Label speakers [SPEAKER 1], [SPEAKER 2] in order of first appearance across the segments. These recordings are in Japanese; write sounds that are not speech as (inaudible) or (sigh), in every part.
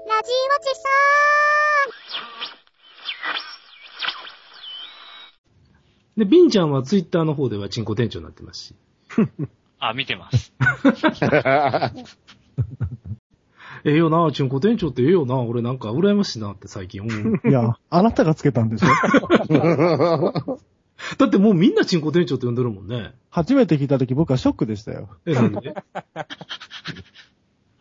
[SPEAKER 1] ちそ
[SPEAKER 2] で、ビンちゃんはツイッターの方ではチンコ店長になってますし。
[SPEAKER 3] あ、見
[SPEAKER 4] (laughs)
[SPEAKER 3] てます。
[SPEAKER 2] ええよな、チンコ店長ってええよな、俺なんか羨ましいなって最近思 (laughs) う。
[SPEAKER 4] いや、あなたがつけたんでしょ
[SPEAKER 2] だってもうみんなチンコ店長って呼んでるもんね。
[SPEAKER 4] 初めて聞いた時僕はショックでしたよ。
[SPEAKER 2] え、なん (laughs) で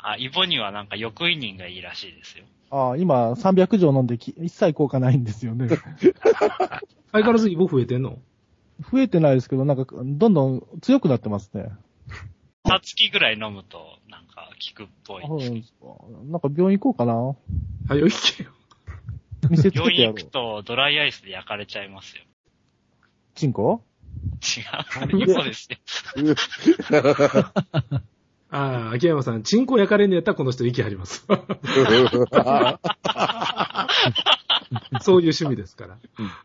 [SPEAKER 3] あ、イボにはなんか欲移人がいいらしいですよ。
[SPEAKER 4] ああ、今300錠飲んでき一切効果ないんですよね。
[SPEAKER 2] 相変わらずイボ増えてんの
[SPEAKER 4] 増えてないですけど、なんか、どんどん強くなってますね。
[SPEAKER 3] さつきぐらい飲むと、なんか効くっぽい
[SPEAKER 4] あ。そうなんですかなんか病院行こうかな。
[SPEAKER 2] はよ、行けよ。
[SPEAKER 4] 見せつけ
[SPEAKER 3] 病
[SPEAKER 4] てや
[SPEAKER 3] 院
[SPEAKER 4] ろ
[SPEAKER 3] 行
[SPEAKER 4] う
[SPEAKER 3] く。とドライアイスで焼かれちゃいますよ。
[SPEAKER 4] チンコ
[SPEAKER 3] 違う。あれ嘘ですよ。
[SPEAKER 2] ああ、秋山さん、チンコ焼かれんのやったらこの人息張り (laughs) ます。そういう趣味ですから。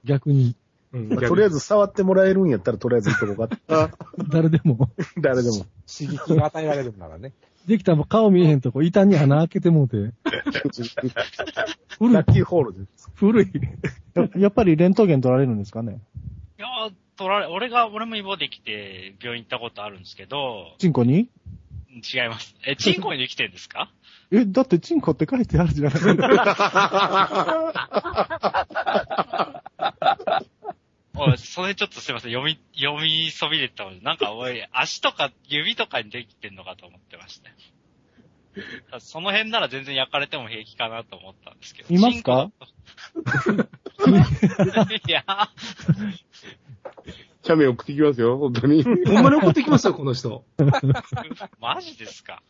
[SPEAKER 5] 逆に、
[SPEAKER 2] うん
[SPEAKER 6] まあとりあえず触ってもらえるんやったら、とりあえず行っとこうか。
[SPEAKER 5] 誰でも。
[SPEAKER 6] (laughs) 誰でも。
[SPEAKER 7] 刺激が与えられるならね。
[SPEAKER 5] できたらもう顔見えへんとこ、板に穴開けてもうて。古い
[SPEAKER 6] ラ、ッキーホールで。
[SPEAKER 5] 古い。
[SPEAKER 4] ややっぱりレントゲン取られるんですかね
[SPEAKER 3] いやー取られ、俺が、俺もイボできて病院行ったことあるんですけど、
[SPEAKER 4] チンコに
[SPEAKER 3] 違います。え、チンコにできてんで
[SPEAKER 4] (laughs)
[SPEAKER 3] すか
[SPEAKER 4] え、だってチンコって書いてあるじゃないですか。
[SPEAKER 3] おい、それちょっとすいません。読み、読みそびれたので、なんか、おい、足とか指とかにできてんのかと思ってま
[SPEAKER 4] (laughs)
[SPEAKER 3] したよ。その辺なら全然焼かれても平気かなと思ったんですけど。
[SPEAKER 4] いますか
[SPEAKER 3] チンコだと (laughs) いやー、
[SPEAKER 8] 写メ送ってきますよ、本当に。
[SPEAKER 2] ほんまに怒ってきますよ、この人。
[SPEAKER 3] マジですか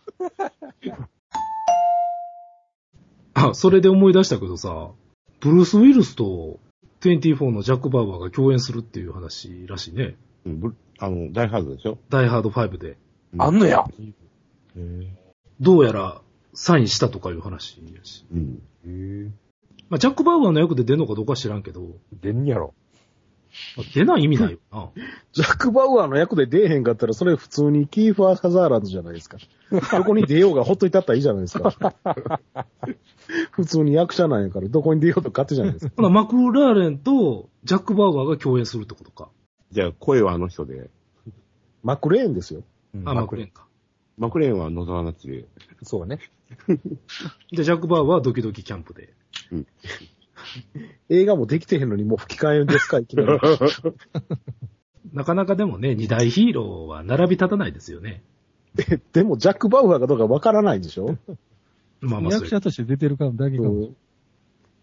[SPEAKER 2] あ、それで思い出したけどさ、ブルース・ウィルスと24のジャック・バーバーが共演するっていう話らしいね。
[SPEAKER 8] うんぶあの、大ハードでしょ
[SPEAKER 2] ダイハード5で。
[SPEAKER 7] あんのや。
[SPEAKER 2] どうやらサインしたとかいう話やし。
[SPEAKER 8] うん。
[SPEAKER 2] まあ、ジャック・バーバーの役で出るのかどうか知らんけど、
[SPEAKER 7] 出んやろ。
[SPEAKER 2] まあ出ない意味ないよな。
[SPEAKER 6] ジャック・バウアーの役で出えへんかったら、それ普通にキーファー・カザーランドじゃないですか。どこに出ようがほっといたったらいいじゃないですか。 (laughs) 普通に役者なんやから、どこに出ようと勝手じゃないですか。
[SPEAKER 2] ほな、マクラーレンとジャック・バーバーが共演するってことか。
[SPEAKER 8] じゃあ、声はあの人で、
[SPEAKER 6] マクレーンですよ。
[SPEAKER 2] あ、マクレーンか。
[SPEAKER 8] マクレーンは野沢なちで、
[SPEAKER 7] そうね。
[SPEAKER 2] で、ジャック・バーバーはドキドキキャンプで。
[SPEAKER 6] 映画もできてへんのに、もう吹き替えですか、いきな (laughs) り。
[SPEAKER 2] なかなかでもね、二大ヒーローは並び立たないですよね。
[SPEAKER 6] ででも、ジャック・バウアーかどうかわからないでしょ、
[SPEAKER 2] まあまあ、そ
[SPEAKER 5] 役
[SPEAKER 2] れ
[SPEAKER 5] 者として出てるかもだけかも。
[SPEAKER 6] うん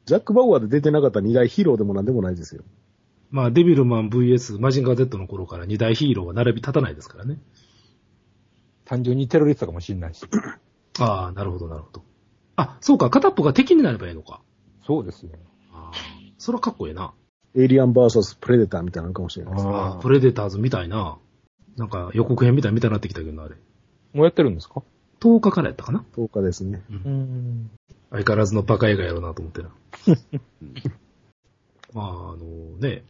[SPEAKER 6] ジャック・バウアーで出てなかったら二大ヒーローでもなんでもないですよ。
[SPEAKER 2] まあ、デビルマン VS マジンガー Z の頃から二大ヒーローは並び立たないですからね。
[SPEAKER 7] 単純にテロリストかもしんないし。
[SPEAKER 2] ああ、なるほど、なるほど。あ、そうか、片っぽが敵になればいいのか。
[SPEAKER 7] そうですよ。
[SPEAKER 2] ああ、それはかっこええな。
[SPEAKER 6] エイリアン VS プレデターみたいなのかもしれないです。
[SPEAKER 2] ああ、
[SPEAKER 7] ああ
[SPEAKER 2] プ。レデターズみたいな。なんか予告編みたいみたいになってきたけどな、あれ。
[SPEAKER 7] もうやってるんですか
[SPEAKER 2] 10日からやったかな
[SPEAKER 6] 10日ですね。
[SPEAKER 7] うん。
[SPEAKER 2] 相変わらずのバカ映画やろうなと思ってな。まあ、あのね。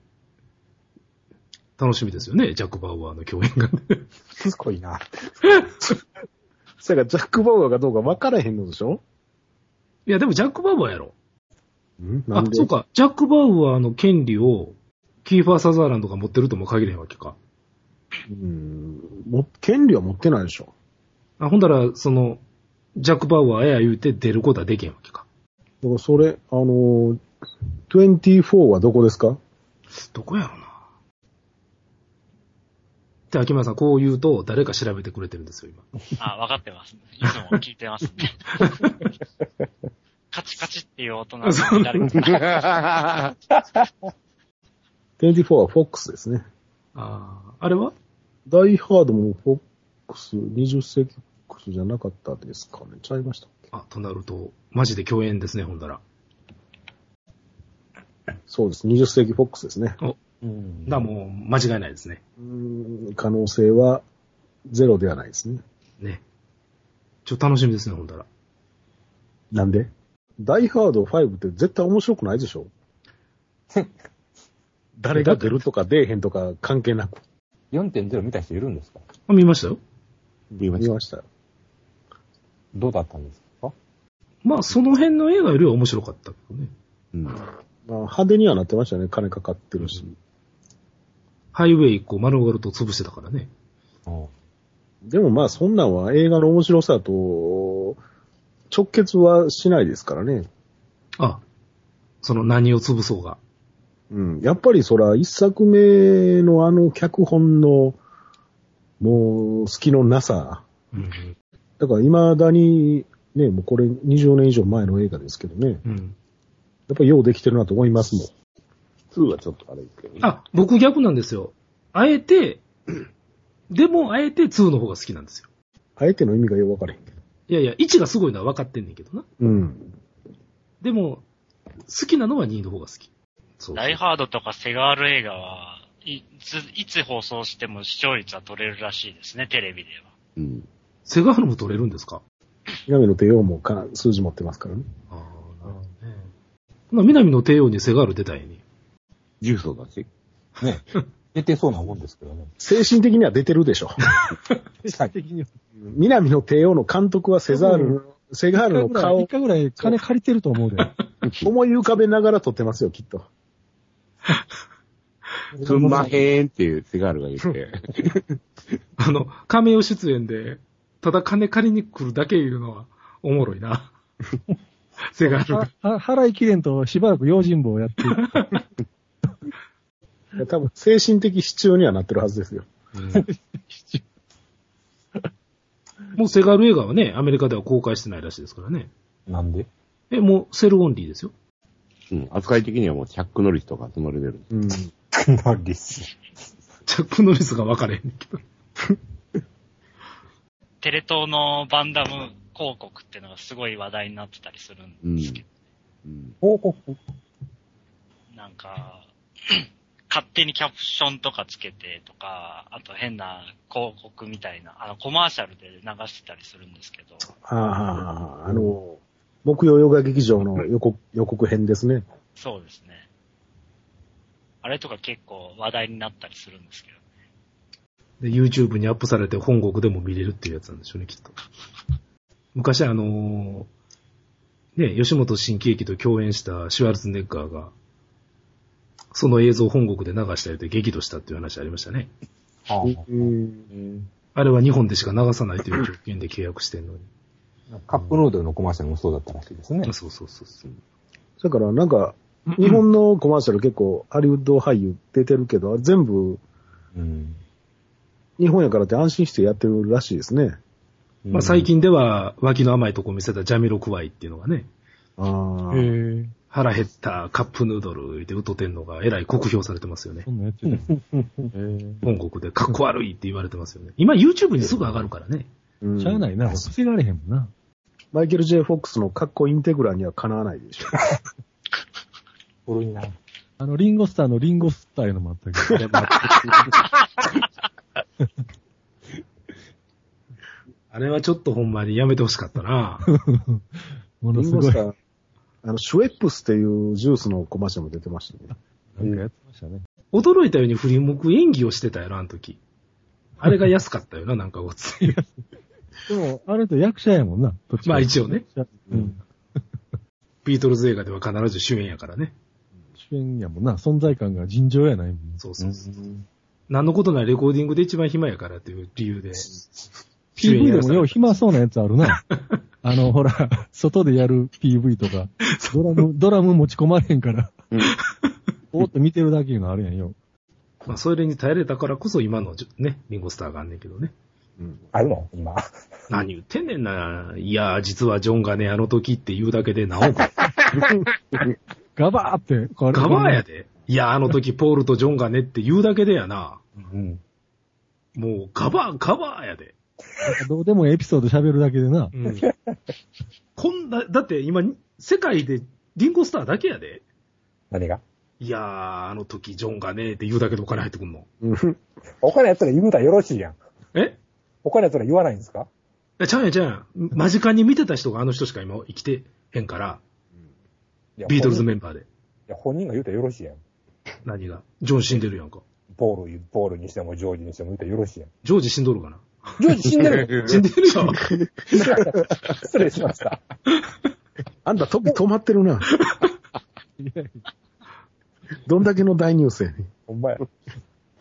[SPEAKER 2] 楽しみですよね、ジャック・バウアーの共演が。 (laughs)
[SPEAKER 7] すごいな。
[SPEAKER 6] (laughs) それからジャック・バウアーかどうか分からへんのでしょ
[SPEAKER 2] いや、でもジャック・バウアーやろ。
[SPEAKER 6] な
[SPEAKER 2] あ
[SPEAKER 6] ん、で
[SPEAKER 2] そうか。ジャック・バウアーの権利を、キーファー・サザーランドが持ってるとも限れへんわけか。
[SPEAKER 6] うんも、権利は持ってないでしょ。
[SPEAKER 2] あほんだら、その、ジャック・バウアーや言うて出ることはできへんわけか。
[SPEAKER 6] だからそれ、あのー、24はどこですか
[SPEAKER 2] どこやろな。って、秋山さん、こう言うと、誰か調べてくれてるんですよ、今。
[SPEAKER 3] あ、わかってます。いつも聞いて (laughs) ます、ね。カチカチっていう音なんで誰か
[SPEAKER 6] 24は FOX ですね。
[SPEAKER 2] ああ、あれは
[SPEAKER 6] ダイハードも FOX20 世紀 FOX じゃなかったですかね。ちゃいました。
[SPEAKER 2] あ、となると、マジで共演ですね、ほんだら。
[SPEAKER 6] そうです。20世紀 FOX ですね。
[SPEAKER 7] うん
[SPEAKER 2] だ、もう、間違いないですね。
[SPEAKER 6] うーん可能性はゼロではないですね。
[SPEAKER 2] ね。ちょ、楽しみですね、ほんだら。
[SPEAKER 6] なんでダイハード5って絶対面白くないでしょ誰が出るとか出えへんとか関係なく
[SPEAKER 7] 4.0見た人いるんですか
[SPEAKER 2] あ見ましたよ。
[SPEAKER 8] 見まし
[SPEAKER 6] 見
[SPEAKER 8] た。
[SPEAKER 6] ましたよ。
[SPEAKER 7] どうだったんですか
[SPEAKER 2] まあ、その辺の映画よりは面白かったけどね。
[SPEAKER 8] うん。
[SPEAKER 6] まあ、派手にはなってましたね。金かかってるし。
[SPEAKER 2] ハイウェイ1個丸々と潰してたからね。
[SPEAKER 6] でもまあ、そんなんは映画の面白さと、直結はしないですからね。
[SPEAKER 2] あ、その何を潰そうが。
[SPEAKER 6] うん。やっぱりそら、一作目のあの脚本の、もう、隙のなさ。
[SPEAKER 2] うん。
[SPEAKER 6] だから、未だに、ね、もうこれ20年以上前の映画ですけどね。
[SPEAKER 2] うん。
[SPEAKER 6] やっぱりようできてるなと思いますもん。
[SPEAKER 8] 2はちょっとあれですけどね。
[SPEAKER 2] あ、僕逆なんですよ。あえて、でもあえて2の方が好きなんですよ。
[SPEAKER 6] あえての意味がよくわからへんけど。
[SPEAKER 2] いやいや、1がすごいのは分かってんねんけどな。
[SPEAKER 6] うん。
[SPEAKER 2] でも、好きなのは2の方が好き。そうそう
[SPEAKER 3] (laughs) ダイハードとかセガール映画は、いつ、いつ放送しても視聴率は取れるらしいですね、テレビでは。
[SPEAKER 8] うん。
[SPEAKER 2] セガールも取れるんですか
[SPEAKER 6] 南の帝王もか数字持ってますからね。
[SPEAKER 2] ああ、なるほどね。まあ、南の帝王にセガール出たいに。
[SPEAKER 8] 重曹だし。
[SPEAKER 7] (laughs) ね。出てそうなもんですけどね。
[SPEAKER 6] 精神的には出てるでしょ。
[SPEAKER 7] はい。
[SPEAKER 6] 南の帝王の監督はセザールの、セガールの顔
[SPEAKER 5] 一
[SPEAKER 6] を
[SPEAKER 5] 回ぐらい金借りてると思うで。
[SPEAKER 6] 思い浮かべながら撮ってますよ、きっと。
[SPEAKER 8] すんまへーんっていうセガールが言って。
[SPEAKER 2] あの、亀尾出演で、ただ金借りに来るだけいうのは、おもろいな。セガールが。
[SPEAKER 5] は払いきれんとしばらく用心棒をやってる。
[SPEAKER 6] 多分、精神的支柱にはなってるはずですよ。
[SPEAKER 2] もうセガール映画はね、アメリカでは公開してないらしいですからね。
[SPEAKER 7] なんで
[SPEAKER 2] え、もうセルオンリーですよ。
[SPEAKER 8] うん。扱い的にはもうチャックノリスとかそのレベル。
[SPEAKER 6] うん。
[SPEAKER 7] なりす。
[SPEAKER 2] チャックノリスが分かれへんねんけど。
[SPEAKER 3] テレ東のバンダム広告っていうのがすごい話題になってたりするんですけど、
[SPEAKER 8] (laughs) うん。
[SPEAKER 7] ほうほうほう
[SPEAKER 3] なんか、 (clears throat) 勝手にキャプションとかつけてとか、あと変な広告みたいな、あのコマーシャルで流してたりするんですけど、
[SPEAKER 6] ああ、あの、木曜洋画劇場の予告予告編ですね。
[SPEAKER 3] そうですね。あれとか結構話題になったりするんですけど、
[SPEAKER 2] で、YouTube にアップされて本国でも見れるっていうやつなんでしょうね、きっと。昔あのーね、吉本新喜劇と共演したシュワルツェネッガーが、その映像を本国で流したりで激怒したっていう話ありましたね。
[SPEAKER 7] ああ
[SPEAKER 6] うん。
[SPEAKER 2] あれは日本でしか流さないという条件で契約してんのに。
[SPEAKER 7] カップヌードルのコマーシャルもそうだったらしいですね
[SPEAKER 2] あ。そうそうそうそう。
[SPEAKER 6] だから、なんか、日本のコマーシャル結構、ハリウッド俳優出てるけど、全部、
[SPEAKER 7] うん。
[SPEAKER 6] 日本やからって安心してやってるらしいですね。
[SPEAKER 2] まあ最近では脇の甘いとこ見せたジャミロクワイっていうのがね、
[SPEAKER 6] ああ。
[SPEAKER 5] え
[SPEAKER 2] 腹減ったカップヌードルで歌ってんのがえらい酷評されてますよね
[SPEAKER 5] そ。んなんやってたよ
[SPEAKER 2] 本国でかっこ悪いって言われてますよね。今 YouTube にすぐ上がるからね。
[SPEAKER 6] うん
[SPEAKER 5] しゃあないな。防がれへんもんな。
[SPEAKER 6] マイケル・ J ・フォックスの格好インテグラにはかなわないでしょ。
[SPEAKER 7] 古いな。
[SPEAKER 5] あの、リンゴスターのリンゴスターいうのもあったけど。
[SPEAKER 2] あれはちょっとほんまにやめてほしかったな。 (laughs)
[SPEAKER 5] もの
[SPEAKER 6] (laughs) リ
[SPEAKER 5] す
[SPEAKER 6] ン
[SPEAKER 5] ご
[SPEAKER 6] ゴ
[SPEAKER 5] い。なん
[SPEAKER 6] スタ
[SPEAKER 5] か
[SPEAKER 6] ー、あの、シュエップスっていうジュースのコマーシャルも出てましたね。
[SPEAKER 5] やってましたね。
[SPEAKER 2] 驚いたように振り向く演技をしてたよな、あの時。あれが安かったよな、なんかごっつい。
[SPEAKER 5] でも、あれと役者やもんな。どっちか
[SPEAKER 2] まあ一応ね。
[SPEAKER 5] うん。
[SPEAKER 2] (laughs) ビートルズ映画では必ず主演やからね。
[SPEAKER 5] 主演やもんな。存在感が尋常やないもん。
[SPEAKER 2] そうそうそう。何のことないレコーディングで一番暇やからっていう理由で。主演や
[SPEAKER 5] PV で
[SPEAKER 2] らさ
[SPEAKER 5] も
[SPEAKER 2] れ
[SPEAKER 5] よう暇そうなやつある (laughs) な。あの、ほら、外でやる PV とか、ドラム、ドラム持ち込まれへんから、ぼーっと見てるだけいうのあるやんよ。
[SPEAKER 2] まあそれに耐えれたからこそ今のじね、リンゴスターがあんねんけどね。
[SPEAKER 7] あるの今。
[SPEAKER 2] 何言ってんねんな。いや、実はジョンがね、あの時って言うだけでなおか。
[SPEAKER 5] ガバーって、これ
[SPEAKER 2] ガバーやで。いや、あの時ポールとジョンがねって言うだけでやな。
[SPEAKER 7] うん。
[SPEAKER 2] もうガバー、ガバーやで。
[SPEAKER 5] どうでもエピソード喋るだけでな。
[SPEAKER 2] うん。こんな、だって今、世界でリンゴスターだけやで。
[SPEAKER 7] 何が
[SPEAKER 2] いやー、あの時ジョンがねって言うだけでお金入ってくんの。
[SPEAKER 6] うん。
[SPEAKER 7] お金やったら言うたらよろしいやん。
[SPEAKER 2] え
[SPEAKER 7] お金やったら言わないんですか
[SPEAKER 2] いやちゃうやんちゃうやん。間近に見てた人があの人しか今生きてへんから、
[SPEAKER 7] いや
[SPEAKER 2] ビートルズ
[SPEAKER 7] 本人
[SPEAKER 2] メンバーで。
[SPEAKER 7] いや、本人が言うたらよろしいやん。
[SPEAKER 2] 何が。ジョン死んでるやんか。
[SPEAKER 7] ボール、ボールにしてもジョージにしても言うたらよろしいやん。
[SPEAKER 2] ジョージ死んどるかな。 (laughs)
[SPEAKER 7] ジョージ死んでる
[SPEAKER 2] 死んでるよ。
[SPEAKER 7] 失礼しました。失礼しました。
[SPEAKER 6] あんた時止まって
[SPEAKER 2] (laughs)
[SPEAKER 6] るな。どんだけの大ニュースやねん。
[SPEAKER 7] ほんまや。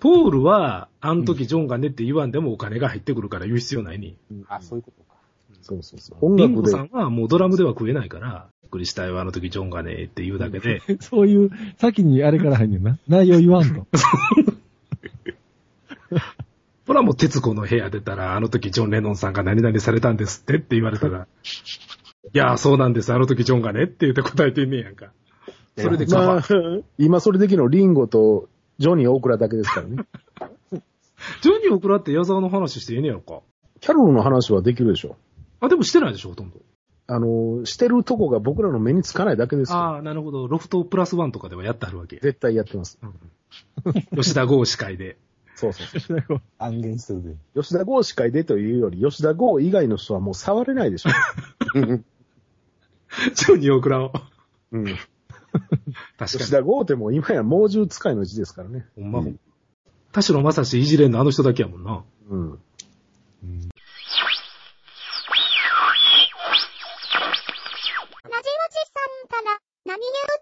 [SPEAKER 2] ポールは、あの時ジョンがねって言わんでもお金が入ってくるから言う必要ないに。
[SPEAKER 7] あ、そういうことか。
[SPEAKER 6] そうそうそう。音
[SPEAKER 2] ビンゴ
[SPEAKER 6] 楽で
[SPEAKER 2] さ。んはもうドラムでは食えないから、びっくりしたいわ、あの時ジョンがねって言うだけで、
[SPEAKER 5] そういう、先にあれから入んねんな。内容言わんと。
[SPEAKER 2] ほらもう徹子の部屋出たら、あの時ジョン・レノンさんが何々されたんですってって言われたら、いやーそうなんです、あの時ジョンがねって言って答えてんねやんか。それでカ
[SPEAKER 6] ま
[SPEAKER 2] バ
[SPEAKER 6] あ (laughs)
[SPEAKER 2] ー。、
[SPEAKER 6] 今それできるのリンゴとジョニー・オークラだけですか
[SPEAKER 2] (laughs)
[SPEAKER 6] らね。
[SPEAKER 2] ジョニー・オクラって矢沢の話してええねやろか。
[SPEAKER 6] キャロルの話はできるでしょ。
[SPEAKER 2] あ、でもしてないでしょ、ほとんど。
[SPEAKER 6] あの、してるとこが僕らの目につかないだけですよ。
[SPEAKER 2] ああ、なるほど。ロフトプラスワンとかではやってはるわけ。
[SPEAKER 6] 絶対やってます。
[SPEAKER 2] (laughs) 吉田豪司会で。
[SPEAKER 6] そうそうそう。
[SPEAKER 7] 暗言するで。
[SPEAKER 6] 吉田豪司会でというより、吉田豪以外の人はもう触れないで
[SPEAKER 2] (laughs)
[SPEAKER 6] しょ。
[SPEAKER 2] ジョニー・オクラを。
[SPEAKER 6] うん、
[SPEAKER 2] 確か
[SPEAKER 6] 吉
[SPEAKER 2] に。
[SPEAKER 6] 田豪ってもう今や猛獣使いの字ですからね。
[SPEAKER 2] ほんまほん。田代正史いじれんのあの人だけやもんな。
[SPEAKER 6] うん。
[SPEAKER 1] ラジオチさんから、何言う